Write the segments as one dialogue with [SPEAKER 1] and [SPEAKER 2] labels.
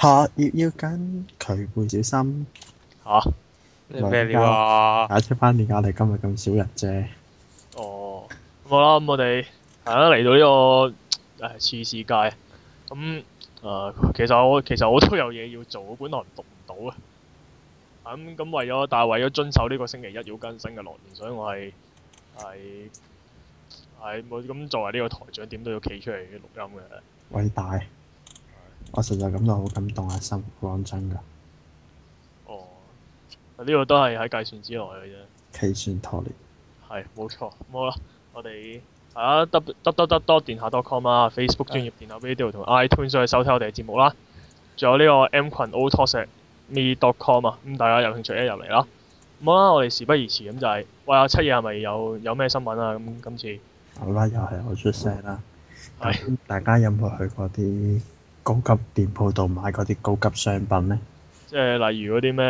[SPEAKER 1] 學業要跟，佢會小心。
[SPEAKER 2] 吓？咩料啊？
[SPEAKER 1] 解釋翻點解我哋今日咁少人啫。
[SPEAKER 2] 哦，咁好啦，咁我哋係啦，嚟到呢、個唉次世界，咁、誒、其實我其實我都有嘢要做，我本來讀唔到嘅。咁、咁為咗但係為咗遵守呢個星期一要更新嘅諾言，所以我係係係冇咁作為呢個台長，點都要企出嚟錄音嘅。
[SPEAKER 1] 偉大，我實在感到好感動啊！心講真㗎，
[SPEAKER 2] 哦，呢、個都係喺計算之內嘅啫。
[SPEAKER 1] 企算托尼，
[SPEAKER 2] 係冇錯，咁好啦，我哋係啊 w w w 多電下 .com 啦，Facebook 專業電下 video 同 iTunes 上去收聽我哋嘅節目啦，仲有呢個 M 群 o t o s me com 啊，咁大家有興趣一入嚟啦。咁好啦，我哋事不宜遲，咁就係、喂阿七爺係咪有有咩新聞啊？咁今次
[SPEAKER 1] 好啦，又係我出聲啦。
[SPEAKER 2] 係
[SPEAKER 1] 咁大家有冇去過啲高級店鋪度買嗰啲高級商品咧？
[SPEAKER 2] 即係例如嗰啲咩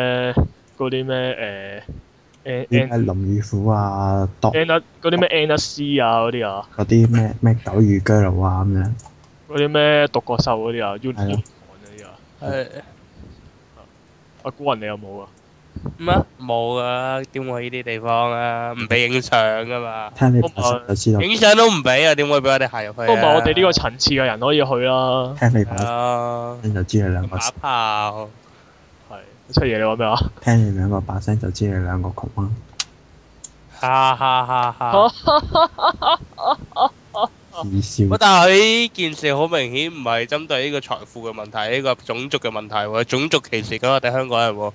[SPEAKER 2] 嗰啲咩誒
[SPEAKER 1] 啲
[SPEAKER 2] N
[SPEAKER 1] 咩林乳虎啊、度
[SPEAKER 2] N 嗰啲咩 N C 啊嗰啲啊，
[SPEAKER 1] 嗰啲咩咩狗乳居佬啊咁樣。
[SPEAKER 2] 嗰啲咩獨角獸嗰啲啊 u n
[SPEAKER 1] 係
[SPEAKER 2] i
[SPEAKER 1] 咯
[SPEAKER 2] c 嗰啲啊，
[SPEAKER 3] 係
[SPEAKER 2] 阿古人你有冇啊？
[SPEAKER 3] 咩？冇啊，點會去呢啲地方啊？唔俾影相噶嘛，
[SPEAKER 1] 聽你把
[SPEAKER 2] 啊
[SPEAKER 1] 聲就知道，
[SPEAKER 3] 影相都唔俾啊，點會俾我哋行入去啊？
[SPEAKER 2] 都唔係我哋呢個
[SPEAKER 3] à.
[SPEAKER 2] 層次嘅人可以去啦。
[SPEAKER 1] 聽你把
[SPEAKER 3] 係啊，
[SPEAKER 1] 聲就知你兩個，
[SPEAKER 3] 打炮
[SPEAKER 2] 係七爺你話咩啊話？
[SPEAKER 1] 聽你兩個把聲就知你兩個窮啊！
[SPEAKER 3] 哈哈哈哈！
[SPEAKER 2] 啊
[SPEAKER 1] 二少
[SPEAKER 3] 喂，但係佢呢件事好明顯唔係針對呢個財富嘅問題，呢個種族嘅問題喎，種族歧視緊我哋香港人喎。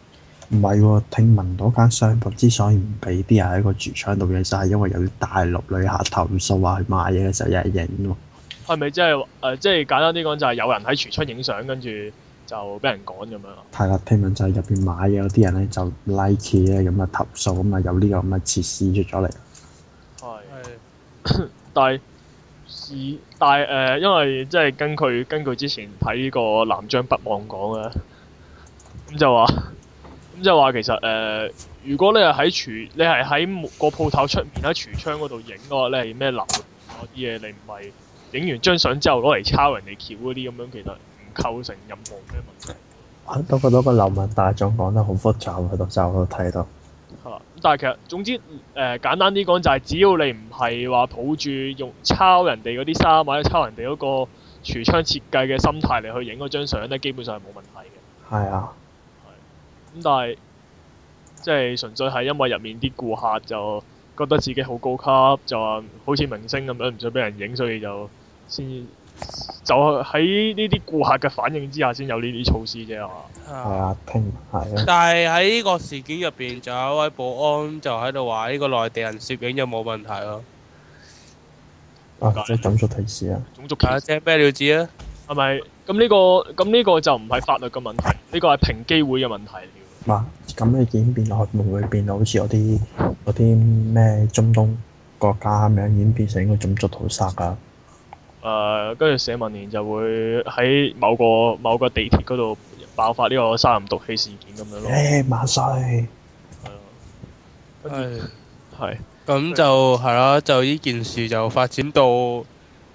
[SPEAKER 1] 唔係喎，聽聞嗰間商鋪之所以唔俾啲人喺個櫥窗度影相，係因為有啲大陸旅客投訴話佢買嘢嘅時候有人影喎。
[SPEAKER 2] 係咪即係誒？即係簡單啲講，就係有人喺櫥窗影相，跟住就俾人趕咁樣啊？
[SPEAKER 1] 係啦，聽聞就係入邊買嘢嗰啲人咧就 like 咧咁啊投訴咁啊有呢個咁嘅設施出咗嚟。
[SPEAKER 2] 係，但係是但係誒、呃因為即係根據根據之前睇呢個南張北望講嘅，咁就話咁就話其實誒、呃如果你係喺櫥，你係喺個鋪頭出面喺櫥窗嗰度影嘅話，你係咩流嗰啲嘢，你唔係影完張相之後攞嚟抄人哋橋嗰啲咁樣，其實唔構成任何咩問題。
[SPEAKER 1] 我都覺得個流民大眾講得好複雜，喺度就我睇到。
[SPEAKER 2] 係啦，咁但係其實總之誒、呃、簡單啲講就係，只要你唔係話抱住用抄人哋嗰啲衫或者抄人哋嗰個櫥窗設計嘅心態嚟去影嗰張相咧，基本上係冇問題嘅。
[SPEAKER 1] 係啊，
[SPEAKER 2] 咁但係即係純粹係因為入面啲顧客就覺得自己好高級，就話好似明星咁樣唔想俾人影，所以就嗯先就喺呢啲顧客嘅反應之下，先有呢啲措施啫係嘛。
[SPEAKER 1] 係啊，聽聞係啊，
[SPEAKER 3] 但係喺呢個事件入邊，就有一位保安就喺度話呢個內地人攝影就冇問題咯。
[SPEAKER 1] 啊即係種族歧視啊，
[SPEAKER 2] 種族歧視
[SPEAKER 3] 啊，即係咩料子啊？
[SPEAKER 2] 係咪？咁呢、個咁呢個就唔係法律嘅問題，呢個係平機會嘅問題嚟嘅。
[SPEAKER 1] 嗱咁你演變落去會唔會變到好似嗰啲嗰啲咩中東國家咁樣演變成一個種族屠殺啊？
[SPEAKER 2] 誒、跟住社民連就會喺某個某個地鐵嗰度爆發呢個沙林毒氣事件咁樣咯。係
[SPEAKER 1] 誒萬歲！
[SPEAKER 2] 啊跟住
[SPEAKER 3] 係。
[SPEAKER 2] 係
[SPEAKER 3] 咁就係啦，就呢件事就發展到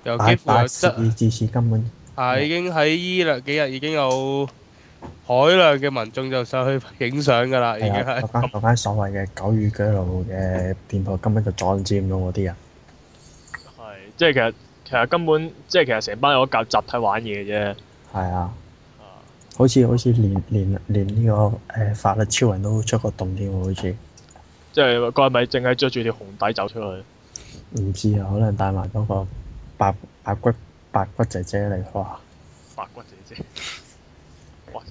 [SPEAKER 3] 又
[SPEAKER 1] 大
[SPEAKER 3] 幾乎
[SPEAKER 1] 大
[SPEAKER 3] 有
[SPEAKER 1] 事嗯
[SPEAKER 3] 得啊
[SPEAKER 1] 至此根本
[SPEAKER 3] 係已經喺呢兩幾日已經有海量嘅民眾就上去影相㗎啦，已經
[SPEAKER 1] 係啊，
[SPEAKER 3] 係
[SPEAKER 1] 嗰間嗰間所謂嘅狗語居路嘅店鋪根本就阻止唔到嗰啲人。
[SPEAKER 2] 係，即係其實其實根本即係其實成班友夾集體玩嘢嘅啫。
[SPEAKER 1] 係啊，
[SPEAKER 2] 啊
[SPEAKER 1] 好似好似連連連呢、個誒、呃法律超人都出過動添喎，好似
[SPEAKER 2] 即係佢係咪淨係着住條紅底走出去？
[SPEAKER 1] 唔知啊，可能帶埋嗰個白白骨白骨姐姐嚟哇！
[SPEAKER 2] 白骨姐 姐，哇！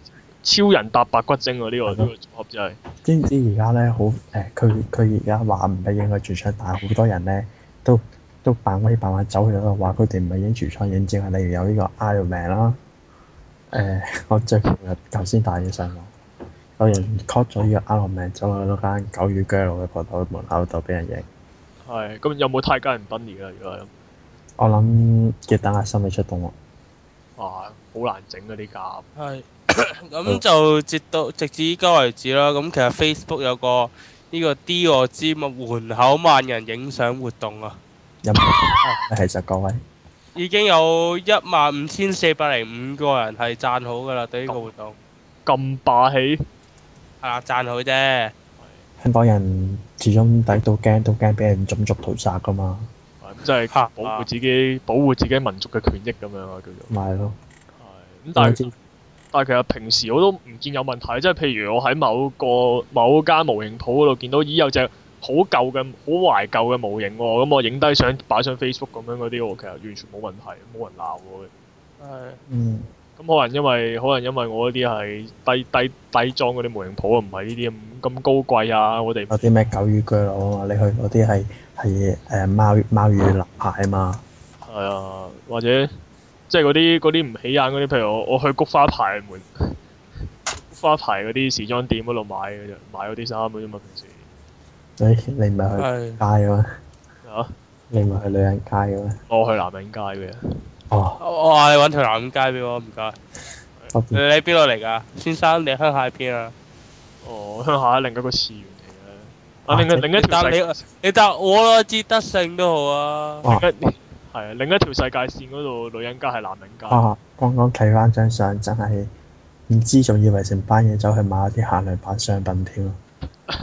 [SPEAKER 2] 超人搭白骨精喎、呢、個
[SPEAKER 1] 係咯
[SPEAKER 2] 呢、個組合真係。
[SPEAKER 1] 知唔知而家咧好誒？佢佢而家話唔俾影佢櫥窗，但係好多人咧都都扮威扮話走去嗰度話佢哋唔係影櫥窗影照，係例如有呢個 Iron Man 啦。誒、 我最近日頭先帶嘢上網，有人 cut 咗呢個 Iron Man 走去嗰間狗語 girl 嘅鋪頭門口度俾人影。
[SPEAKER 2] 係，咁有冇泰加人 Bunny 啊？如果係咁。
[SPEAKER 1] 我諗要等下心理出動喎。
[SPEAKER 2] 啊，好難整嗰啲夾。
[SPEAKER 1] 啊
[SPEAKER 3] 係
[SPEAKER 1] 嗯
[SPEAKER 3] 咁就直到直至依家為止啦。咁其實 Facebook 有個呢個 D 我 知物門口萬人影相活動啊，
[SPEAKER 1] 有冇其實各位
[SPEAKER 3] 已經有一萬五千四百零五個人係讚好噶啦，對呢個活動
[SPEAKER 2] 咁霸氣，
[SPEAKER 3] 係啦，讚好啫。
[SPEAKER 1] 香港人始終抵到驚，都驚俾人種族屠殺噶嘛，
[SPEAKER 2] 啊咁真係保護自己保護自己民族嘅權益咁樣啊，叫做。
[SPEAKER 1] 咪係咯。
[SPEAKER 2] 係咁
[SPEAKER 3] 嗯
[SPEAKER 2] 但係
[SPEAKER 1] 知
[SPEAKER 2] 但係其實平時我都唔見有問題，即係譬如我喺某個某間模型鋪嗰度見到，咦有隻好舊嘅好懷舊嘅模型喎、咁我影低相擺上 Facebook 咁樣嗰啲，我其實完全冇問題，冇人鬧我嘅。唉
[SPEAKER 1] 嗯，
[SPEAKER 2] 咁可能因為可能因為我嗰啲係低低低裝嗰啲模型鋪啊，唔係呢啲咁咁高貴啊，我哋
[SPEAKER 1] 有啲咩狗與巨佬啊嘛，你去嗰啲係係誒貓與貓與立牌啊嘛，
[SPEAKER 2] 係啊，或者即係嗰啲嗰啲唔起眼嗰啲，譬如我我去菊花牌門、 菊花牌嗰啲時裝店嗰度買嘅啫，買嗰啲衫嘅啫嘛，平時
[SPEAKER 1] 你你唔係去
[SPEAKER 3] 係
[SPEAKER 1] 街嘅咩？
[SPEAKER 2] 啊，
[SPEAKER 1] 你唔係去女人街嘅咩？
[SPEAKER 2] 我去男人街嘅，
[SPEAKER 1] 哦，
[SPEAKER 3] 我話你揾條南街俾我，唔該。
[SPEAKER 1] 嗰
[SPEAKER 3] 你
[SPEAKER 1] 邊
[SPEAKER 3] 喺邊度嚟㗎？先生，你鄉下喺邊啊？
[SPEAKER 2] 哦，鄉下另一個次元嚟嘅，啊，另一另一條
[SPEAKER 3] 但
[SPEAKER 2] 世
[SPEAKER 3] 你你答我咯，知德性都好啊。
[SPEAKER 1] 哇
[SPEAKER 2] 另一係啊，另一條世界線嗰度女人街係男人街，
[SPEAKER 1] 啊，剛剛睇翻張相真係唔知，仲以為成班嘢走去買啲限量版商品添啊！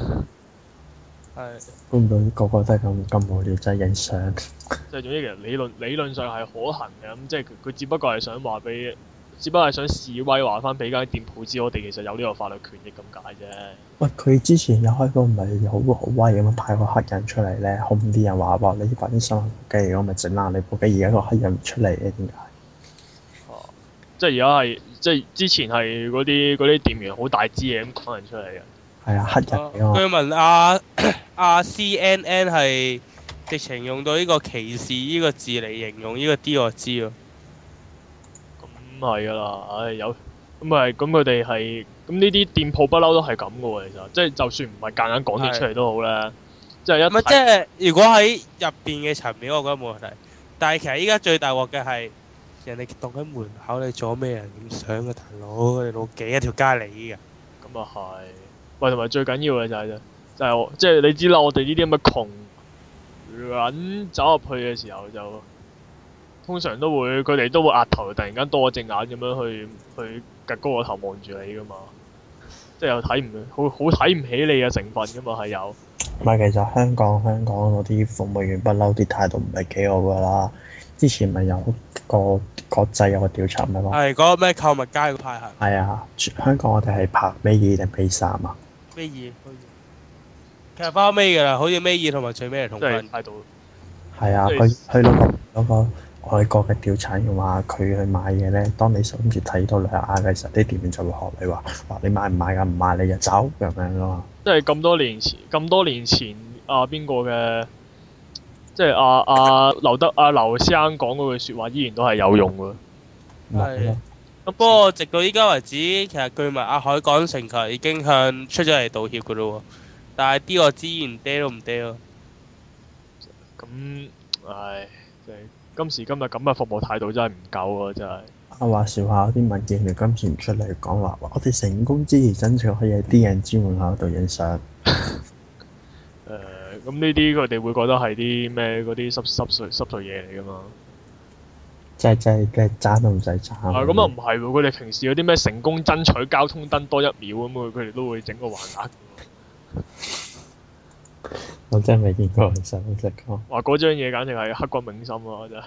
[SPEAKER 3] 係
[SPEAKER 1] 估唔到個個都係咁咁無聊，真係影相。
[SPEAKER 2] 即係總之其實理論理論上係可行嘅，咁即係佢佢只不過係想話俾，只不過係想示威話翻俾間店鋪知我哋其實有呢個法律權益咁解啫。
[SPEAKER 1] 喂，佢之前有開個唔係好好威咁樣派個黑人出嚟咧，恐啲人話話你呢塊啲新聞機嚟，我咪整爛你部機。而家個黑人唔出嚟嘅點解？
[SPEAKER 2] 即係而家係，即係之前係嗰啲嗰啲店員好大支嘢咁講人出嚟嘅，
[SPEAKER 1] 係啊，黑人嚟啊
[SPEAKER 3] 據聞阿 阿 CNN 係直情用到呢個歧視呢個字嚟形容呢個 D 我知喎。
[SPEAKER 2] 咁係㗎啦，唉有，咁係咁佢哋係，咁呢啲店鋪不嬲都係咁嘅喎，其實即係就算唔係夾硬講啲出嚟都好啦，即係一
[SPEAKER 3] 唔啊係即
[SPEAKER 2] 睇
[SPEAKER 3] 係如果喺入邊嘅層面，我覺得冇問題。但係其實依家最大鑊嘅係人哋當緊門口，你做咩人影相嘅大佬？你老幾啊一條街嚟嘅？
[SPEAKER 2] 咁啊係，喂同埋最緊要嘅就係、就係、我即係你知啦，我哋呢啲咁嘅窮人走入去嘅時候就通常都會佢哋都會額頭突然間多隻眼咁樣去去趌高個頭望住你㗎嘛，即係又睇唔好好睇唔起你嘅成分㗎嘛係有。
[SPEAKER 1] 唔係，其實香港香港嗰啲服務員不嬲啲態度唔係幾好噶啦。之前咪有個國際有個調查咪話
[SPEAKER 3] 係嗰個咩購物街嘅派系
[SPEAKER 1] 係啊，全香港我哋係拍尾二定尾三啊？
[SPEAKER 3] 尾二，好似其實包尾㗎啦，好似尾二同埋最尾係同
[SPEAKER 2] 即係
[SPEAKER 3] 分。
[SPEAKER 2] 態度，
[SPEAKER 1] 係啊，
[SPEAKER 2] 即
[SPEAKER 1] 佢
[SPEAKER 2] 係
[SPEAKER 1] 去到個嗰個外國嘅調查嘅話，佢去買嘢咧，當你諗住睇到兩眼嘅時候，啲店員就會學你話：話你買唔買㗎？唔買你就走咁樣噶嘛。
[SPEAKER 2] 即係咁多年前，咁多年前啊邊個嘅，即係啊啊劉德啊劉先生講嗰句説話依然都係有用嘅。
[SPEAKER 1] 唔係啊咯
[SPEAKER 3] 不過直到依家為止，其實據聞阿海港城佢已經向出咗嚟道歉㗎咯喎。但係 D 我之然嗲都唔嗲咯。
[SPEAKER 2] 咁唉，即係今時今日咁嘅服務態度真係唔夠啊！真係
[SPEAKER 1] 啊話時話有啲民建聯今次唔出嚟講話，我哋成功支持爭取可以喺啲人之門口度影相。
[SPEAKER 2] 誒，咁呢啲佢哋會覺得係啲咩嗰啲濕濕碎濕碎嘢嚟㗎嘛？
[SPEAKER 1] 即係即係即係爭都唔使爭。
[SPEAKER 2] 啊，咁啊唔係喎，佢哋平時嗰啲咩成功爭取交通燈多一秒咁，佢佢哋都會整個橫額。
[SPEAKER 1] 我真係未見過，其實老實講。
[SPEAKER 2] 哇！嗰張嘢簡直係刻骨銘心啊！真係。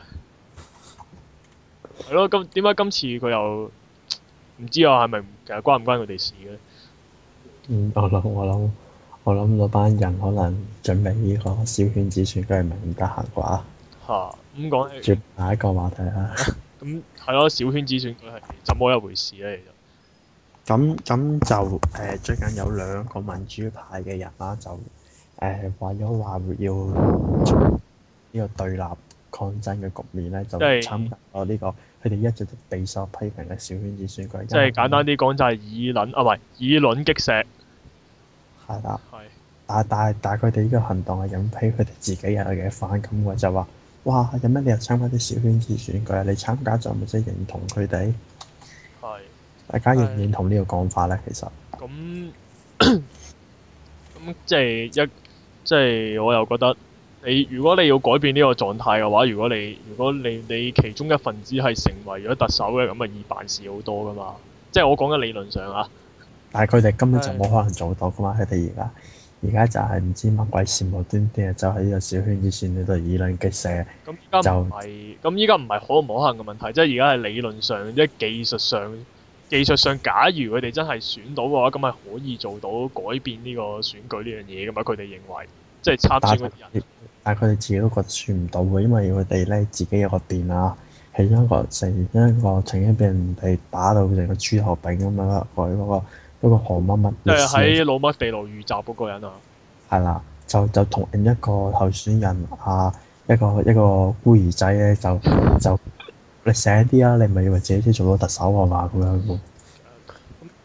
[SPEAKER 2] 係咯，咁點解今次佢又唔知啊？係咪其實關唔關佢哋事嘅咧？
[SPEAKER 1] 嗯，我諗我諗我諗嗰班人可能準備呢個小圈子選舉，唔係唔得閒啩？
[SPEAKER 2] 嚇咁講起
[SPEAKER 1] 轉下一個話題啦。
[SPEAKER 2] 咁係咯，小圈子選舉係怎麼一回事咧？其實
[SPEAKER 1] 咁咁就誒、呃最近有兩個民主派嘅人啦，就誒、呃、為咗話要呢個對立抗爭嘅局面咧，就
[SPEAKER 2] 即係
[SPEAKER 1] 參加咗呢、個佢哋一直都備受批評嘅小圈子選舉。
[SPEAKER 2] 即係簡單啲講就係以卵啊，唔係以卵擊石。
[SPEAKER 1] 係啦，
[SPEAKER 2] 係
[SPEAKER 1] 但啊係但係但係佢哋呢個行動係引起佢哋自己人嘅反感嘅，就話哇有乜理由參加啲小圈子選舉啊？你參加咗咪即係認同佢哋？
[SPEAKER 2] 係
[SPEAKER 1] 大家認唔
[SPEAKER 3] 係
[SPEAKER 1] 認同呢個講法咧？其實
[SPEAKER 2] 咁咁即係一即係我又覺得你如果你要改變呢個狀態嘅話，如果你如果你你其中一份子係成為咗特首嘅，咁啊易辦事好多噶嘛。即係我講緊理論上啊，
[SPEAKER 1] 但係佢哋根本就冇可能做到噶嘛，佢哋而家而家就係唔知乜鬼事無端端就走喺呢個小圈子選裏度議論激射，
[SPEAKER 2] 咁依家唔係咁依家唔係可唔可行嘅問題，即係而家係理論上，即係技術上，技術上，假如佢哋真係選到嘅話，咁係可以做到改變呢個選舉呢樣嘢噶嘛？佢哋認為，即係參
[SPEAKER 1] 但
[SPEAKER 2] 選
[SPEAKER 1] 係
[SPEAKER 2] 嗰啲人，
[SPEAKER 1] 但係佢哋自己都覺得選唔到嘅，因為佢哋咧自己有個電啊，其中一個成一個曾經俾人哋打到成個豬頭炳咁樣啦，佢嗰個嗰個何乜乜
[SPEAKER 2] 即
[SPEAKER 1] 律
[SPEAKER 2] 係
[SPEAKER 1] 師啊
[SPEAKER 2] 喺老乜地牢遇襲嗰個人啊。
[SPEAKER 1] 係啦，就就同另一個候選人啊，一個一個孤兒仔咧，就就你醒啲啊！你唔係以為自己先做到特首啊嘛咁樣喎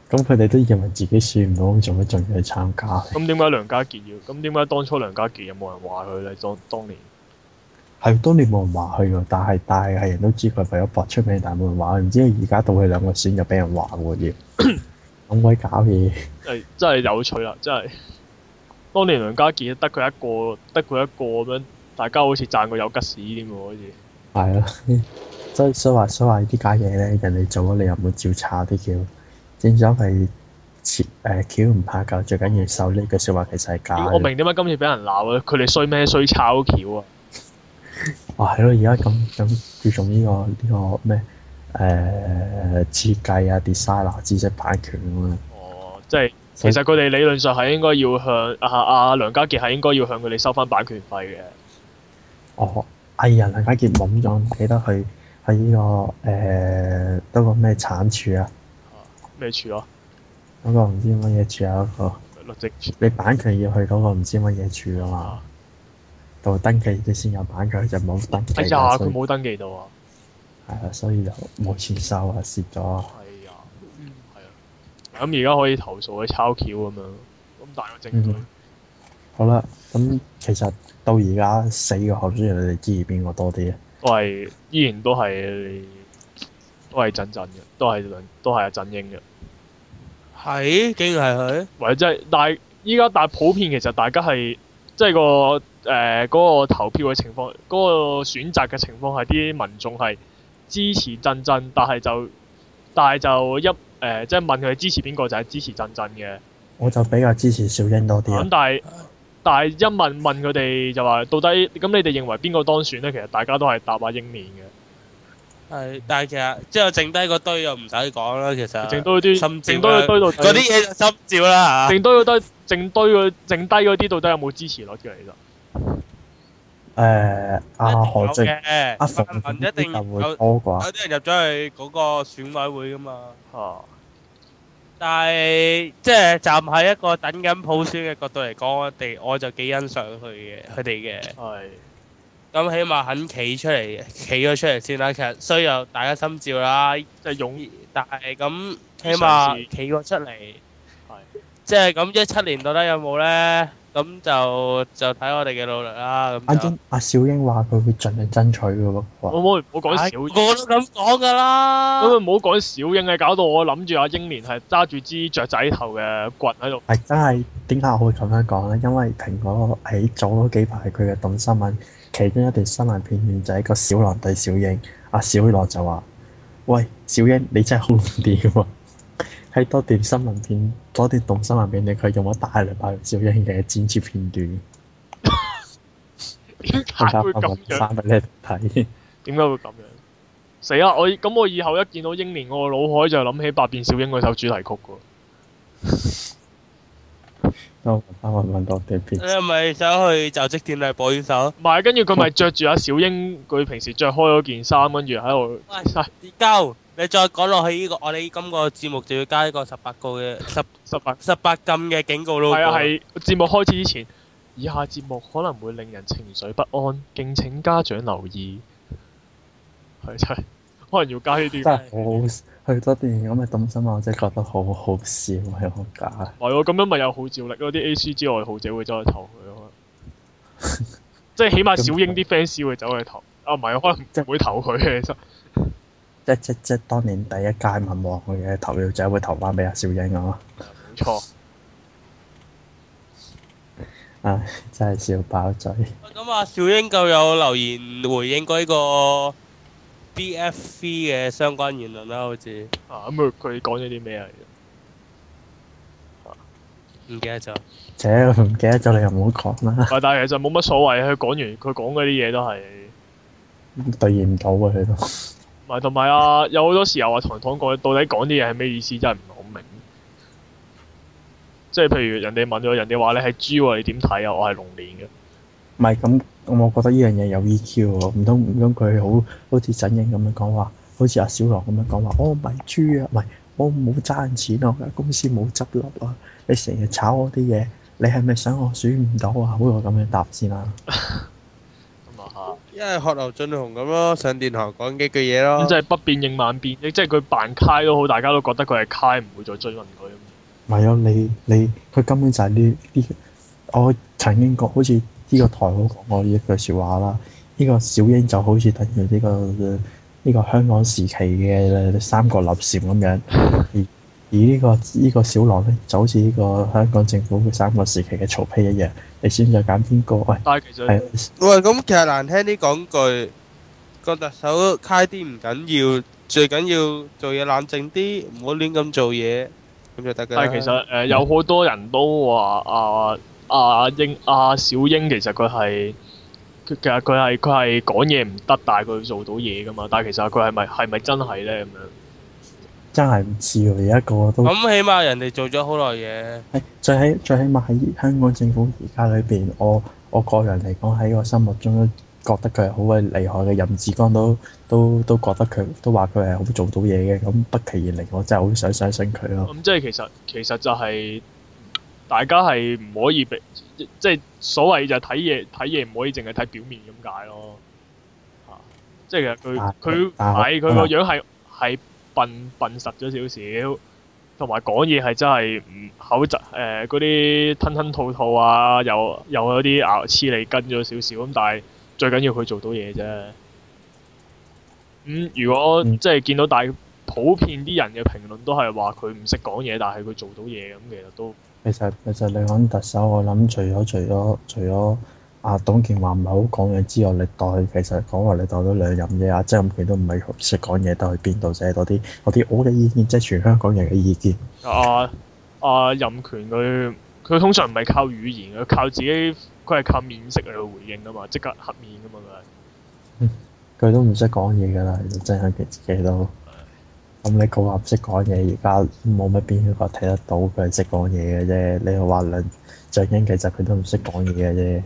[SPEAKER 1] 咁佢哋都認為自己選唔到，咁做乜仲要去參加？
[SPEAKER 2] 咁點解梁家傑要？咁點解當初梁家傑有冇人話佢咧？當當年
[SPEAKER 1] 係當年冇人話佢喎，但係但係係人都知佢為咗博出名，但係冇人話佢。唔知而家到佢兩個選就俾人話喎要咁鬼搞嘢，
[SPEAKER 2] 真係真係有趣啦！真係當年梁家傑得佢一個，得佢一個咁樣，大家好似讚佢有吉屎添喎，好似。
[SPEAKER 1] 係咯。 所以所以話所以話呢啲假嘢咧，人哋做咗你又唔會照抄啲叫。正所謂切誒橋唔怕舊，最緊要受呢句説話其實係假嘅。
[SPEAKER 2] 我明點解今次俾人鬧啦，佢哋衰咩衰抄橋啊！
[SPEAKER 1] 哇，係咯！而家咁咁注重呢、個呢、個咩誒、設計啊、design 啊、知識版權咁樣。
[SPEAKER 2] 哦，即係其實佢哋理論上係應該要向啊啊梁家傑係應該要向佢哋收翻版權費嘅。
[SPEAKER 1] 哦，哎呀，梁家傑懵咗，唔記得去喺呢個誒嗰個咩產處啊，
[SPEAKER 2] 咩處啊？
[SPEAKER 1] 嗰、個唔知乜嘢處啊嗰、個，
[SPEAKER 2] 律政處
[SPEAKER 1] 你版權要去嗰個唔知乜嘢處啊嘛，
[SPEAKER 2] 啊！
[SPEAKER 1] 到登記你先有版權，就冇登記
[SPEAKER 2] 哎
[SPEAKER 1] 㗎。
[SPEAKER 2] 呀，
[SPEAKER 1] 所
[SPEAKER 2] 佢
[SPEAKER 1] 以
[SPEAKER 2] 冇登記到啊！
[SPEAKER 1] 係啊，所以就冇錢收啊，蝕咗啊。
[SPEAKER 2] 係啊，係啊。咁而家可以投訴佢抄橋咁樣，咁大個證據。
[SPEAKER 1] 嗯好啦，咁其實到而家四個候選人，你哋支持邊個多啲咧？啊
[SPEAKER 2] 都係依然都係都係陣陣嘅，都係兩都係阿振英嘅，
[SPEAKER 3] 係，竟然係佢。
[SPEAKER 2] 或者即係但係依家但係普遍其實大家係即係個誒嗰、個投票嘅情況，嗰、個選擇嘅情況係啲民眾係支持陣陣，但係就但係就一誒、呃即係問佢哋支持邊個就係支持陣陣嘅，
[SPEAKER 1] 我就比較支持小英多啲
[SPEAKER 2] 咁
[SPEAKER 1] 啊。
[SPEAKER 2] 但係。但係一問問佢哋就話到底咁你哋認為邊個當選呢？其實大家都係答阿英面嘅，
[SPEAKER 3] 係，但係其實之後剩低嗰堆又唔使講啦，其實
[SPEAKER 2] 剩多啲，
[SPEAKER 3] 啊心照
[SPEAKER 2] 剩多堆到
[SPEAKER 3] 嗰啲啊嘢就心照啦嚇。
[SPEAKER 2] 剩低嗰堆，剩低嗰剩低嗰啲到底有冇支持率嘅？其實
[SPEAKER 3] 啊
[SPEAKER 1] 誒阿何俊
[SPEAKER 3] 嘅，
[SPEAKER 1] 阿馮
[SPEAKER 3] 文
[SPEAKER 1] 俊
[SPEAKER 3] 一定
[SPEAKER 1] 就會
[SPEAKER 3] 有
[SPEAKER 1] 多啩，
[SPEAKER 3] 有啲人入咗去嗰個選委會噶嘛。
[SPEAKER 2] 嚇
[SPEAKER 3] 但係即係站喺一個等緊普選嘅角度嚟講，我哋我就幾欣賞佢嘅佢哋嘅。
[SPEAKER 2] 係
[SPEAKER 3] 咁起碼肯企出嚟，企咗出嚟先啦。其實雖有大家心照啦，
[SPEAKER 2] 即係勇
[SPEAKER 3] 但係咁起碼企過出嚟
[SPEAKER 2] 係，
[SPEAKER 3] 即係咁一七年到底有冇咧？咁就就睇我哋嘅努力啦。
[SPEAKER 1] 阿
[SPEAKER 3] 咁就
[SPEAKER 1] 英阿小英話佢會盡力爭取嘅喎，
[SPEAKER 2] 可
[SPEAKER 1] 話
[SPEAKER 2] 唔可以唔好講
[SPEAKER 3] 唉
[SPEAKER 2] 小
[SPEAKER 3] 個
[SPEAKER 2] 英？
[SPEAKER 3] 個都咁講㗎啦
[SPEAKER 2] 可。唔可以唔好講小英啊？搞到我諗住阿英年係揸住支雀仔頭嘅棍 喺度。
[SPEAKER 1] 係真係點解我會咁樣講咧？因為蘋果喺早嗰幾排佢嘅動新聞，其中一段新聞片段就係一個小狼對小英，阿小狼就話：喂，小英你真係好唔掂喎！ 喺多段新聞片，多段動新聞片裏，佢用咗大量大量小英嘅剪接片段，
[SPEAKER 2] 點
[SPEAKER 1] 佢
[SPEAKER 2] 解
[SPEAKER 1] 家
[SPEAKER 2] 會
[SPEAKER 1] 發
[SPEAKER 2] 咁
[SPEAKER 1] 埋
[SPEAKER 2] 樣？
[SPEAKER 1] 翻俾你睇。
[SPEAKER 2] 點解會咁樣？死啦！我咁我以後一見到英年，我腦海就諗起《百變小英》嗰首主題曲噶。
[SPEAKER 1] 我翻揾揾多段片
[SPEAKER 3] 你。係咪想去就職典禮播呢首？
[SPEAKER 2] 唔係，跟住佢咪着住阿小英佢平時着開嗰件衫，跟住喺度
[SPEAKER 3] 喂而家你再講落去呢個，我哋今個節目就要加一個十八個嘅十
[SPEAKER 2] 十八。
[SPEAKER 3] 十八禁嘅警告 logo。
[SPEAKER 2] 係啊，係節目開始之前，以下節目可能會令人情緒不安，敬請家長留意。係真係，可能要加呢啲。
[SPEAKER 1] 真係好，去多段咁嘅動心啊！我真係覺得好好笑，係好假。
[SPEAKER 2] 唔係喎，咁樣咪有號召力咯，啲 A C G 愛好者會走去投佢咯。 即係起碼小英啲 fans 會走去投，啊唔係，可能唔會投佢嘅其實。
[SPEAKER 1] 即即即當年第一屆民望嘅投票者會投翻俾阿小英啊！
[SPEAKER 2] 冇錯，
[SPEAKER 1] 唉，真係笑爆嘴。
[SPEAKER 3] 咁啊，小英就有留言回應過呢個 BFV 嘅相關言論啦，好似
[SPEAKER 2] 啊，咁佢佢講咗啲咩啊？
[SPEAKER 3] 唔記得咗。
[SPEAKER 1] 且唔記得咗你又唔好講啦，
[SPEAKER 2] 喂，但係其實冇乜所謂，佢講完佢講嗰啲嘢都係，
[SPEAKER 1] 兌現唔到啊佢都。
[SPEAKER 2] 唔係同埋啊，有好多時候啊，糖糖講到底講啲嘢係咩意思，真係唔係好明。即係譬如人哋問咗，人哋話你係豬喎，你點睇啊？我係龍年嘅，
[SPEAKER 1] 唔係咁，我覺得呢樣嘢有 EQ 喎，唔通唔通佢好好似振英咁樣講話，好似阿小羅咁樣講話，我唔係豬啊，唔係我冇賺錢啊，我間公司冇執笠啊，你成日炒我啲嘢，你係咪想我選唔到啊？好過咁樣答先啦。
[SPEAKER 2] 咁啊
[SPEAKER 3] 因為學劉俊雄咁咯，上電台講幾句嘢
[SPEAKER 2] 嚇，
[SPEAKER 3] 咯
[SPEAKER 2] 咁即係不變應萬變，即係佢扮揩都好，大家都覺得佢係揩，唔會再追問佢。
[SPEAKER 1] 唔係啊，你你佢根本就係呢呢，我曾經講好似呢個台好講過呢一句説話啦。呢、個小英就好似等於呢、個呢、個香港時期嘅三角立禪咁樣，而而呢、個呢、個小郎咧就好似呢個香港政府嘅三個時期嘅曹丕一樣，你選擇揀邊個？喂，
[SPEAKER 2] 但係其實
[SPEAKER 1] 係
[SPEAKER 3] 喂，咁其實難聽啲講句，個特首揩啲唔緊要，最緊要做嘢冷靜啲，唔好亂咁做嘢，咁就得㗎啦。
[SPEAKER 2] 但係其實誒、呃有好多人都話啊啊英啊小英其實佢係佢其實佢係佢係講嘢唔得，但係佢做到嘢噶嘛。但係其實佢係咪係咪真係咧咁樣？
[SPEAKER 1] 真係唔知喎，而家個個都
[SPEAKER 3] 咁起碼人哋做咗好耐嘢，
[SPEAKER 1] 係最起最起碼喺香港政府而家裏邊，我我個人嚟講喺我心目中都覺得佢係好鬼厲害嘅。任志剛都都都覺得佢都話佢係好做到嘢嘅。咁不其然嚟，我真係好想相信佢咯。
[SPEAKER 2] 咁、即係其實其實就係、大家係唔可以俾即即係所謂就係睇嘢睇嘢唔可以淨係睇表面咁解咯。嚇、即係其實佢
[SPEAKER 1] 但
[SPEAKER 2] 佢
[SPEAKER 1] 但嗯
[SPEAKER 2] 係佢個
[SPEAKER 1] 但
[SPEAKER 2] 樣係係笨笨實咗少少，同埋講嘢係真係唔口窒誒嗰啲吞吞吐吐啊，又又有啲咬黐脷根咗少少咁，但係最緊要佢做到嘢啫。咁、如果、
[SPEAKER 1] 嗯
[SPEAKER 2] 即係見到大普遍啲人嘅評論都係話佢唔識講嘢，但係佢做到嘢咁，其實都
[SPEAKER 1] 其實其實你講特首，我諗除咗除咗除咗阿董建華唔係好講嘢之外，你代其實講話你代咗兩任嘢，阿周任權都唔係好識講嘢，代去邊度啫？嗰啲嗰啲我嘅意見即係全香港人嘅意見。
[SPEAKER 2] 啊啊任權佢佢通常唔係靠語言，佢靠自己佢係靠面色嚟去回應噶嘛，即刻黑面噶嘛佢係。
[SPEAKER 1] 佢都唔識講嘢㗎啦，其實真係佢自己都。咁你佢話唔識講嘢，而家冇乜邊個睇得到佢係識講嘢嘅啫。你又話梁振英其實佢都唔識講嘢嘅啫。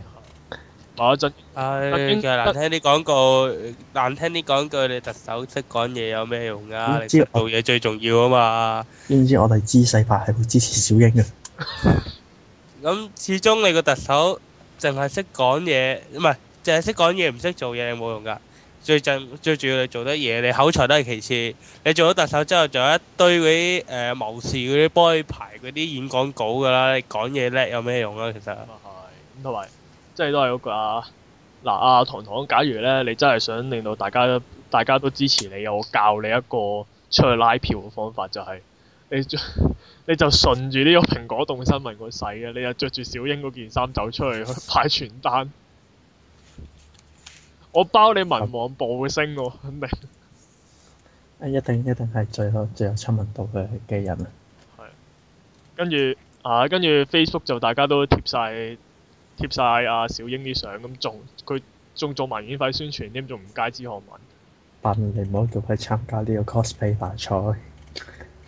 [SPEAKER 2] 某一陣
[SPEAKER 3] 唉，
[SPEAKER 2] 北京
[SPEAKER 3] 其實難聽啲講句，難聽啲講句，你特首識講嘢有咩用啊？
[SPEAKER 1] 嗯
[SPEAKER 3] 你
[SPEAKER 1] 知
[SPEAKER 3] 識做嘢最重要啊嘛。
[SPEAKER 1] 知唔知我哋知勢派係會支持小英嘅？
[SPEAKER 3] 咁始終你個特首淨係識講嘢，唔係淨係識講嘢唔識做嘢，你冇用噶。最近最主要你做得嘢，你口才都係其次。你做咗特首之後，仲有一堆嗰啲誒謀士嗰啲幫你排嗰啲演講稿噶啦。你講嘢叻有咩用啊？其
[SPEAKER 2] 咁
[SPEAKER 3] 實
[SPEAKER 2] 啊係，咁同埋即係都係嗰句啊。嗱，阿糖糖，假如咧你真係想令到大家大家都支持你，我教你一個出去拉票嘅方法，就係、你就 你就順住呢個蘋果動新聞個勢啊，你就着住小英嗰件衫走出去 派傳單。我包你民望暴升喎，肯定
[SPEAKER 1] 一定一定係最有最有親民度嘅嘅人啊！
[SPEAKER 2] 跟住啊，跟住 Facebook 就大家都貼晒貼晒阿小英啲相，咁仲佢仲做埋免費宣傳添，仲唔街知巷聞。
[SPEAKER 1] 但你唔好叫佢參加呢個 cosplay 大賽。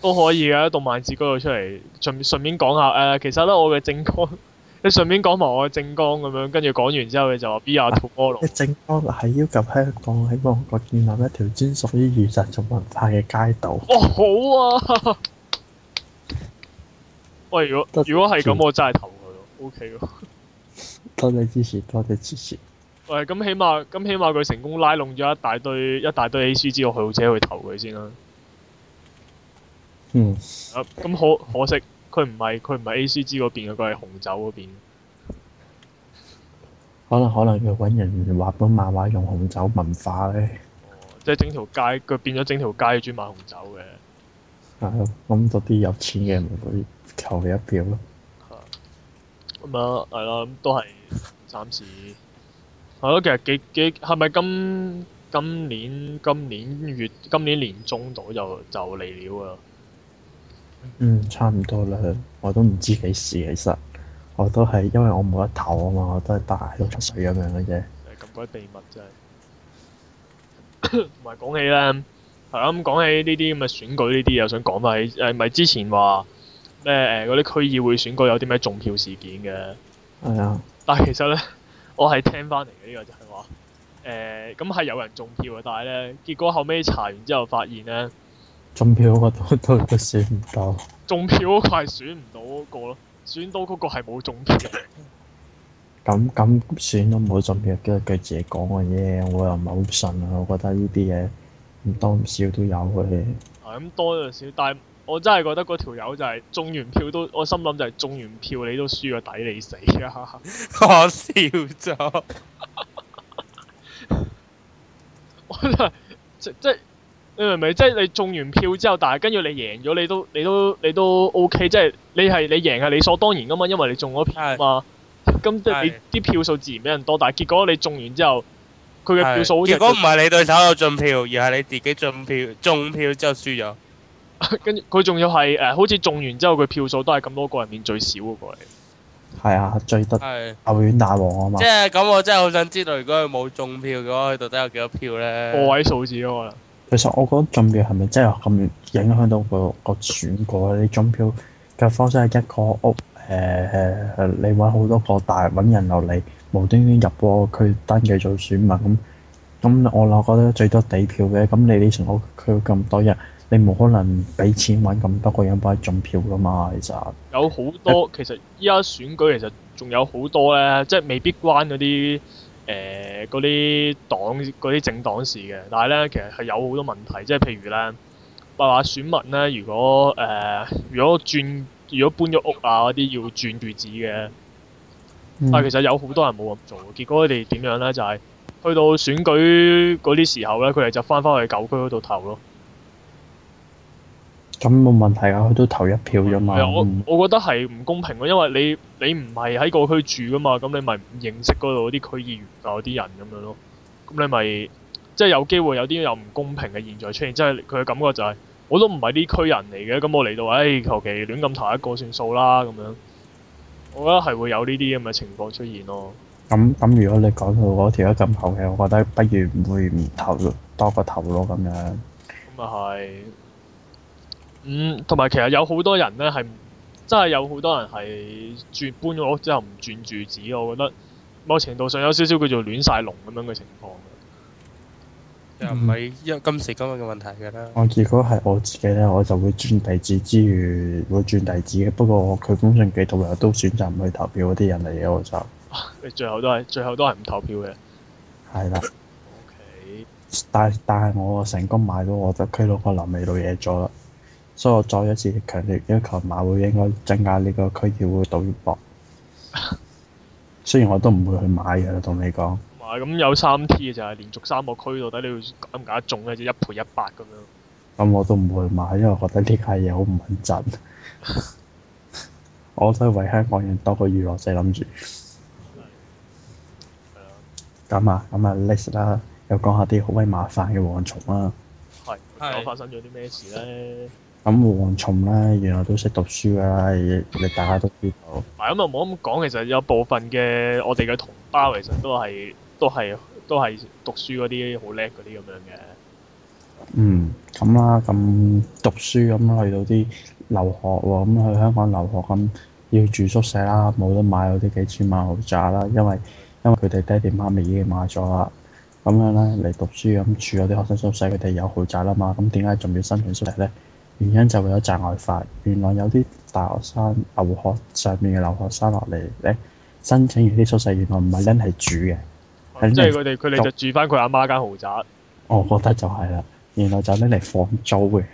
[SPEAKER 2] 都可以嘅，動漫節嗰度出嚟，順順便講下誒、呃其實咧我嘅政綱， 你順便講埋我嘅政綱咁樣，跟住講完之後你就話 B 啊 t o m o r r o
[SPEAKER 1] 一政綱係要求香港喺旺角建立一條專屬於原實族文化嘅街道。
[SPEAKER 2] 哇好啊！喂，如果
[SPEAKER 1] 得
[SPEAKER 2] 如果係咁，我真係投佢喎，OK 喎。
[SPEAKER 1] 多謝支持，多謝支持。
[SPEAKER 2] 喂，咁起碼咁起碼佢成功拉攏咗一大堆一大堆 A C 之後，佢好者去投佢先啦。
[SPEAKER 1] 嗯。
[SPEAKER 2] 啊咁可可惜佢唔係佢唔係 A C G 嗰邊嘅，佢係紅酒嗰邊。
[SPEAKER 1] 可能可能佢揾人畫本漫畫用紅酒文化咧，
[SPEAKER 2] 哦即係整條街，佢變咗整條街專賣紅酒嘅。
[SPEAKER 1] 啊係咯，咁到啲有錢嘅咪會求你一票咯。
[SPEAKER 2] 咁樣係啦，咁都係暫時係咯。其實幾幾係咪今今年今年月今年年中到就就嚟啊料啦？
[SPEAKER 1] 嗯，差唔多啦，我都唔知幾時其實，我都係因為我冇得唞啊嘛，我都係大到出水咁樣嘅啫。
[SPEAKER 2] 誒咁鬼秘密真係。同埋講起咧，係啦咁講起呢啲咁嘅選舉呢啲又想講翻起誒，咪之前話咩誒嗰啲區議會選舉有啲咩中票事件嘅，
[SPEAKER 1] 係啊，
[SPEAKER 2] 但係其實咧，我係聽翻嚟嘅呢個就係話誒咁係有人中票嘅，但係咧結果後尾查完之後發現咧，
[SPEAKER 1] 中票嗰個 都都都選唔到，
[SPEAKER 2] 中票嗰個係選唔到嗰個咯，選到嗰個係冇中票。
[SPEAKER 1] 咁咁選都冇中票，跟住佢自己講嘅嘢，我又唔係好信啊。我覺得呢啲嘢唔多唔少都有嘅。
[SPEAKER 2] 係啊咁多咗少，但係我真係覺得嗰條友就係中完票都，我心諗就係中完票你都輸個抵你死啊！
[SPEAKER 3] 我笑咗。
[SPEAKER 2] 我真係即即你明唔明？即係你中完票之後，但係跟住你贏咗，你都你都你都 O、k 即係你係你贏係理所當然噶嘛，因為你中咗票啊嘛。咁即係你啲票數自然比人多，但係結果你中完之後，佢嘅票數好似
[SPEAKER 3] 結果唔係你對手有進票，而係你自己進票，中票之後輸咗。
[SPEAKER 2] 跟住佢仲要係誒、呃好似中完之後佢票數都係咁多個入面最少嗰個嚟。
[SPEAKER 1] 係啊，最得
[SPEAKER 3] 係，
[SPEAKER 1] 牛丸大王啊嘛
[SPEAKER 3] 即。係咁，我真係好想知道，如果佢冇中票嘅話，佢到底有幾多票咧？
[SPEAKER 2] 個位數字咯，可能。
[SPEAKER 1] 其實我覺得中票係咪真係咁影響到個個選舉咧？啊你中票嘅方式係一個屋誒、呃你揾好多個大揾人落嚟，無端端入個區登記做選民咁。咁我諗覺得最多地票嘅，咁你你成個區咁多人，你冇可能俾錢揾咁多個人幫你中票噶嘛？其實
[SPEAKER 2] 有好多其實依家選舉其實仲有好多咧，即係未必關嗰啲誒嗰啲黨嗰啲政黨事嘅，但係咧其實係有好多問題，即係譬如咧話話選民咧，如果誒、呃如果轉如果搬咗屋啊嗰啲要轉住址嘅，
[SPEAKER 1] 嗯
[SPEAKER 2] 但係其實有好多人冇咁做，結果佢哋點樣咧就係、去到選舉嗰啲時候咧，佢哋就翻返去舊區嗰度投咯。
[SPEAKER 1] 咁冇問題㗎，佢都投一票啫嘛。
[SPEAKER 2] 係啊我
[SPEAKER 1] 嗯
[SPEAKER 2] 我覺得係唔公平咯，因為你你唔係喺個區住噶嘛，咁你咪唔認識嗰度啲區議員啊嗰啲人咁樣咯，咁你咪即係有機會有啲有唔公平嘅現象出現，即係佢嘅感覺就係、我都唔係呢區人嚟嘅，咁我嚟到，唉、求其亂咁投一個算數啦咁樣，我覺得係會有呢啲咁嘅情況出現咯。
[SPEAKER 1] 咁咁，如果你講到嗰條一咁厚嘅，我覺得不如唔會唔投多個投咯咁樣。
[SPEAKER 2] 咁啊係，嗯，同埋其實有好多人咧係真係有好多人係轉搬咗屋之後唔轉住址，我覺得某程度上有少少叫做亂晒龍咁樣嘅情況。
[SPEAKER 3] 又唔係因今時今日嘅問題㗎啦。
[SPEAKER 1] 我如果係我自己咧，我就會轉地址之餘會轉地址嘅。不過佢本身幾度又都選擇唔去投票嗰啲人嚟嘅，我就
[SPEAKER 2] 你最後都係最後都係唔投票嘅。
[SPEAKER 1] 係啦。
[SPEAKER 2] OK，
[SPEAKER 1] 但但係我成功買到我就區到個臨尾度嘢咗啦，所以我再一次強烈要求馬會應該增加呢個區議會賭博。雖然我都唔會去買嘅啦，同你講。
[SPEAKER 2] 同埋咁有三 T 嘅就係連續三個區到底你要揀唔揀得中咧，就一賠一百咁樣。
[SPEAKER 1] 咁我都唔會買，因為我覺得呢家嘢好唔穩陣。 我都係為香港人多個娛樂仔諗住。
[SPEAKER 2] 係啊，
[SPEAKER 1] 咁啊，咁啊 list 啦，又講下啲好鬼麻煩嘅蝗蟲啦。
[SPEAKER 2] 係
[SPEAKER 3] 係
[SPEAKER 2] 有發生咗啲咩事咧？
[SPEAKER 1] 咁蝗蟲咧，原來都識讀書噶啦，你你大家都知道。
[SPEAKER 2] 嗱咁又冇咁講，其實有部分嘅我哋嘅同胞其實都係都係都係讀書嗰啲好叻嗰啲咁樣嘅。
[SPEAKER 1] 嗯，咁啦，咁讀書咁去到啲留學喎，咁去香港留學咁要住宿舍啦，冇得買嗰啲幾千萬豪宅啦，因為因為佢哋爹哋媽咪已經買咗啦。咁樣咧嚟讀書咁住嗰啲學生宿舍，佢哋有豪宅啦嘛，咁點解仲要申請宿舍咧？原因就會有賺外快。原來有啲大學生留學上面嘅留學生落嚟咧，申請完啲宿舍，原來唔係拎嚟住嘅。係
[SPEAKER 2] 即係佢哋佢哋就啊住翻佢阿媽間豪宅，
[SPEAKER 1] 我覺得就係啦，然後就拎嚟放租嘅，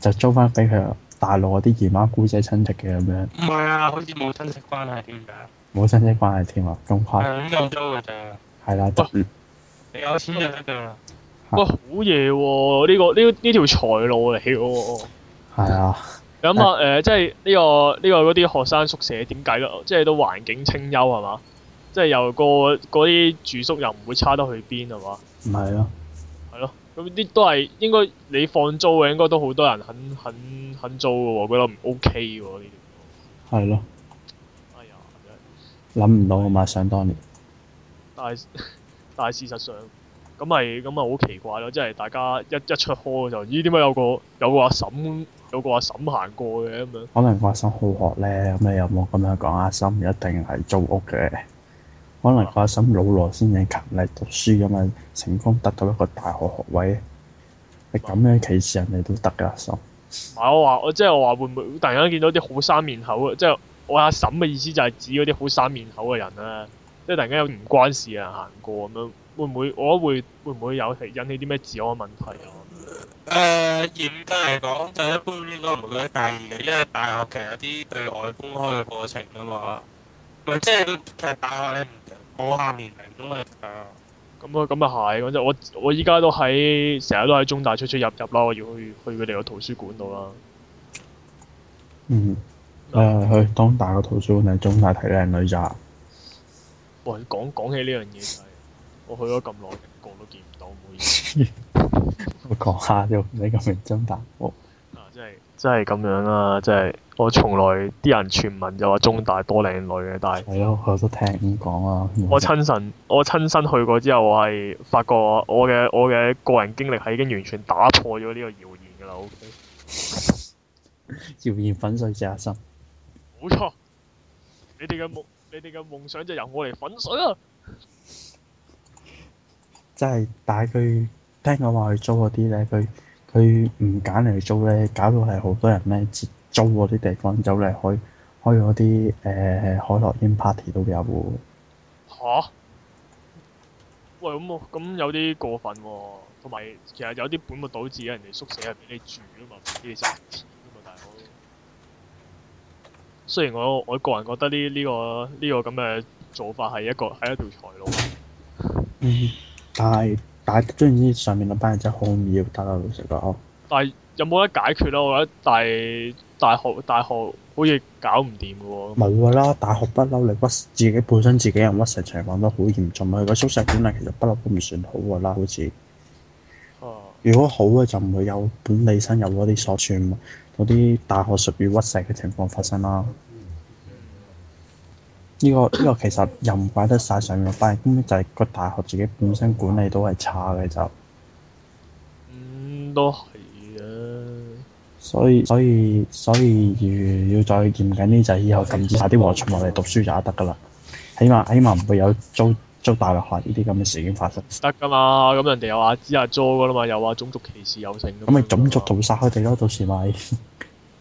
[SPEAKER 1] 就租翻俾佢大陸嗰啲姨媽姑姐親戚嘅咁樣，
[SPEAKER 3] 唔係啊，好似冇親戚關係點㗎？
[SPEAKER 1] 冇親戚關係添啊，咁誇
[SPEAKER 3] 係咁租㗎咋？
[SPEAKER 1] 係啦，得
[SPEAKER 3] 你有錢就得㗎啦。
[SPEAKER 1] 啊
[SPEAKER 2] 哇好嘢喎！呢個呢呢條財路嚟嘅喎，
[SPEAKER 1] 係啊，
[SPEAKER 2] 你諗下誒，即係呢個呢、個嗰啲學生宿舍點計咯？即係都環境清幽係嘛？即係又個嗰啲住宿又唔會差得去邊係嘛？
[SPEAKER 1] 唔係咯，
[SPEAKER 2] 係咯，咁啲都係應該你放租嘅應該都好多人肯肯肯租嘅喎，覺得唔 OK 喎呢啲。
[SPEAKER 1] 係咯，
[SPEAKER 2] 哎呀，真係
[SPEAKER 1] 諗唔到啊嘛！想當年
[SPEAKER 2] 但係 但係事實上咁咪咁咪好奇怪咯，即係大家一一出 call 就咦點解有個有個阿嬸有個阿嬸行過嘅咁樣？
[SPEAKER 1] 可能個阿嬸好學咧，咁你有冇咁樣講阿嬸唔一定係租屋嘅？可能個阿嬸老羅先至勤力讀書咁啊，成功得到一個大學學位。你咁樣歧視人哋都得㗎，阿嬸。
[SPEAKER 2] 唔係我話我即係我話會唔會突然間見到啲好生面口嘅，即係我阿嬸嘅意思就係指嗰啲好生面口嘅人啦，即係突然間有唔關事嘅人行過咁樣，會唔會我覺得會會唔會有係引起啲咩治安問題啊？
[SPEAKER 4] 誒呃嚴格嚟講，就一般應該唔會覺得介意嘅，因為大學其實有啲對外公開嘅課程啊嘛，咪即係其實大學你唔冇限年齡㗎嘛。
[SPEAKER 2] 咁啊，咁啊係，講真，我我依家都喺成日都喺中大出出入入啦，我要去去佢哋個圖書館度啦。
[SPEAKER 1] 嗯。誒、去當大個圖書館定中大睇靚女咋？
[SPEAKER 2] 喂，講講起呢樣嘢就係，我去咗咁耐，一個都見唔到，唔好意思
[SPEAKER 1] 我講下啫，你咁認真答我。
[SPEAKER 2] 啊！真係真係咁樣啊！真係我從來啲人傳聞就話中大多靚女嘅，但係
[SPEAKER 1] 係咯，我都聽咁講啊。
[SPEAKER 2] 我親身我親身去過之後，我係發覺我嘅我嘅個人經歷係已經完全打破咗呢個謠言㗎啦。OK，
[SPEAKER 1] 謠言粉碎隻阿心，
[SPEAKER 2] 冇錯，你哋嘅夢你哋嘅夢想就由我嚟粉水啊！
[SPEAKER 1] 即係但係佢聽講話佢租嗰啲咧，佢佢唔揀嚟租咧，搞到係好多人咧接租嗰啲地方走嚟開開嗰啲誒海洛因 party 都有喎。
[SPEAKER 2] 吓？喂，咁我咁有啲過分喎、同埋其實有啲本末倒置嘅，人哋宿舍係俾你住啊嘛，俾你賺錢啊嘛，大佬。雖然我我個人覺得呢呢、個呢、個咁嘅做法係一個係一條財路，啊
[SPEAKER 1] 嗯，但係但係總之上面嗰班人真係好唔要得啦，啊老實講。
[SPEAKER 2] 但係有冇得解決咧？我覺得大大學大學好似搞唔掂嘅喎。
[SPEAKER 1] 冇㗎啦，大學不嬲你屈自己本身自己人屈成情況都好嚴重啊！佢個宿舍管理其實不嬲都唔算好㗎啦，好似。
[SPEAKER 2] 啊
[SPEAKER 1] 如果好嘅就唔會有本地生有嗰啲所傳嗰啲大學術語屈石嘅情況發生啦。呢、個呢、個其實又唔怪得晒上面嗰班人，根本就係個大學自己本身管理都係差嘅就，
[SPEAKER 2] 嗯，都係啊嘅。
[SPEAKER 1] 所以所以所以要要再嚴謹啲就係以後禁止晒啲蝗蟲落嚟讀書就得㗎啦，起碼起碼唔會有租租大陸客呢啲咁嘅事件發生。
[SPEAKER 2] 得㗎嘛，咁人哋又話知阿 Jo 㗎啦嘛，又話種族歧視有成咁樣㗎
[SPEAKER 1] 咁
[SPEAKER 2] 嘛。
[SPEAKER 1] 咪種族屠殺佢哋咯，到時咪。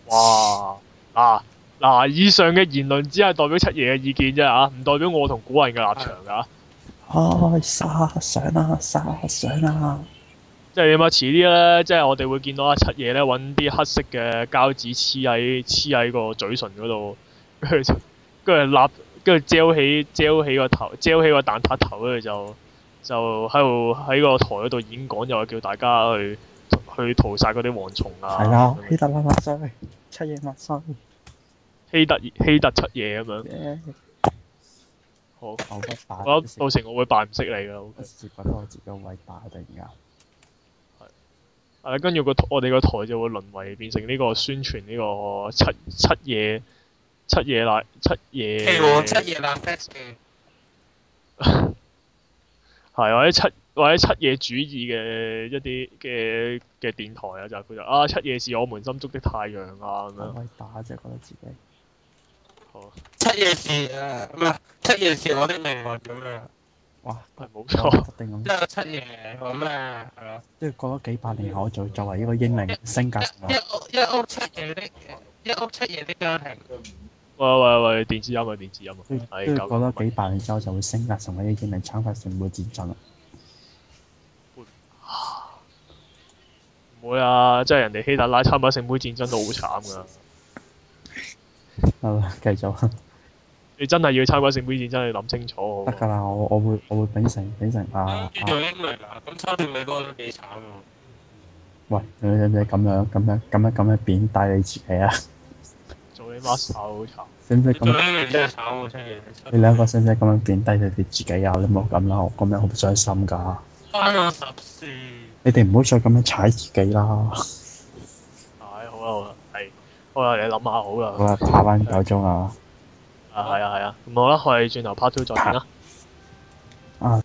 [SPEAKER 2] 哇！嗱嗱，以上嘅言論只係代表七爺嘅意見啫嚇，唔代表我同古人嘅立場㗎。啊
[SPEAKER 1] 唉，殺上啦，殺上啦！
[SPEAKER 2] 即係點啊？遲啲咧，即係我哋會見到阿七爺咧揾啲黑色嘅膠紙黐喺黐喺個嘴唇嗰度，跟住就跟住立，跟住焦起焦起個頭，焦起個蛋撻頭，跟住就就喺度喺個台嗰度演講，又話叫大家去去屠殺嗰啲蝗蟲啊。
[SPEAKER 1] 係啦，希特拉萬歲，七夜萬歲。
[SPEAKER 2] 希特希特七爺咁樣。
[SPEAKER 1] 我
[SPEAKER 2] 好，
[SPEAKER 1] 覺得打，
[SPEAKER 2] 我
[SPEAKER 1] 我
[SPEAKER 2] 諗到時我會扮唔識你㗎啦。OK
[SPEAKER 1] 一時覺得我自己好偉大，突然間。
[SPEAKER 2] 係啦，跟住個我哋個台就會淪為變成呢個宣傳呢個七七夜七夜奶七夜，
[SPEAKER 4] 誒我七夜啦 f a x
[SPEAKER 2] 係或者七或者七夜主義嘅一啲嘅嘅電台啊，就係佢就啊七夜是我們心中的太陽啊
[SPEAKER 1] 好
[SPEAKER 2] 咁樣，
[SPEAKER 1] 偉大，真係覺得 自己。
[SPEAKER 2] 好
[SPEAKER 4] 七夜是啊，唔係七夜是我的命運咁樣，
[SPEAKER 1] 哇！
[SPEAKER 2] 係冇
[SPEAKER 1] 我
[SPEAKER 2] 錯，
[SPEAKER 1] 一定
[SPEAKER 4] 即
[SPEAKER 1] 咁，
[SPEAKER 4] 係七夜咁啊，係咯。
[SPEAKER 1] 即係過咗幾百年後，作作為呢個英 靈升格成
[SPEAKER 4] 一
[SPEAKER 1] 為
[SPEAKER 4] 屋一屋七夜的，一屋七夜的家庭。
[SPEAKER 2] 喂喂喂，電子音啊電子音啊，
[SPEAKER 1] 跟住
[SPEAKER 2] 係
[SPEAKER 1] 跟住
[SPEAKER 2] 夠
[SPEAKER 1] 過咗幾百年之後，就會升格成為呢個英靈參加聖杯戰爭啦。
[SPEAKER 2] 唔會啊，即係人哋希特拉參加聖杯戰爭都好慘㗎，
[SPEAKER 1] 好 啦，繼續
[SPEAKER 2] 你真係要參加聖杯戰爭，你諗清楚
[SPEAKER 1] 得
[SPEAKER 2] 好唔好
[SPEAKER 1] 㗎啦！我我會我會秉承秉承啊
[SPEAKER 4] 咁叫做英倫啊，咁抽斷你嗰個都幾慘喎。
[SPEAKER 1] 喂，你使唔使咁樣咁樣咁樣咁樣貶低你自己啊？
[SPEAKER 2] master 好慘。
[SPEAKER 1] 使唔使
[SPEAKER 4] 你做
[SPEAKER 1] 咁？
[SPEAKER 4] 呢樣真係慘喎，真係。
[SPEAKER 1] 你兩個使唔使咁樣貶低你哋自己啊？你唔好咁啦，我咁樣好傷心㗎。
[SPEAKER 4] 關我十事。
[SPEAKER 1] 你哋唔好再咁樣踩自己啦。
[SPEAKER 2] 唉，好啦好啦，係好啦，你諗下好
[SPEAKER 1] 好
[SPEAKER 2] 啦。
[SPEAKER 1] 啦，打翻九鐘啊！
[SPEAKER 2] 啊，係啊係啊，咁好啦，我哋轉頭 part two 再見啦。
[SPEAKER 1] 啊，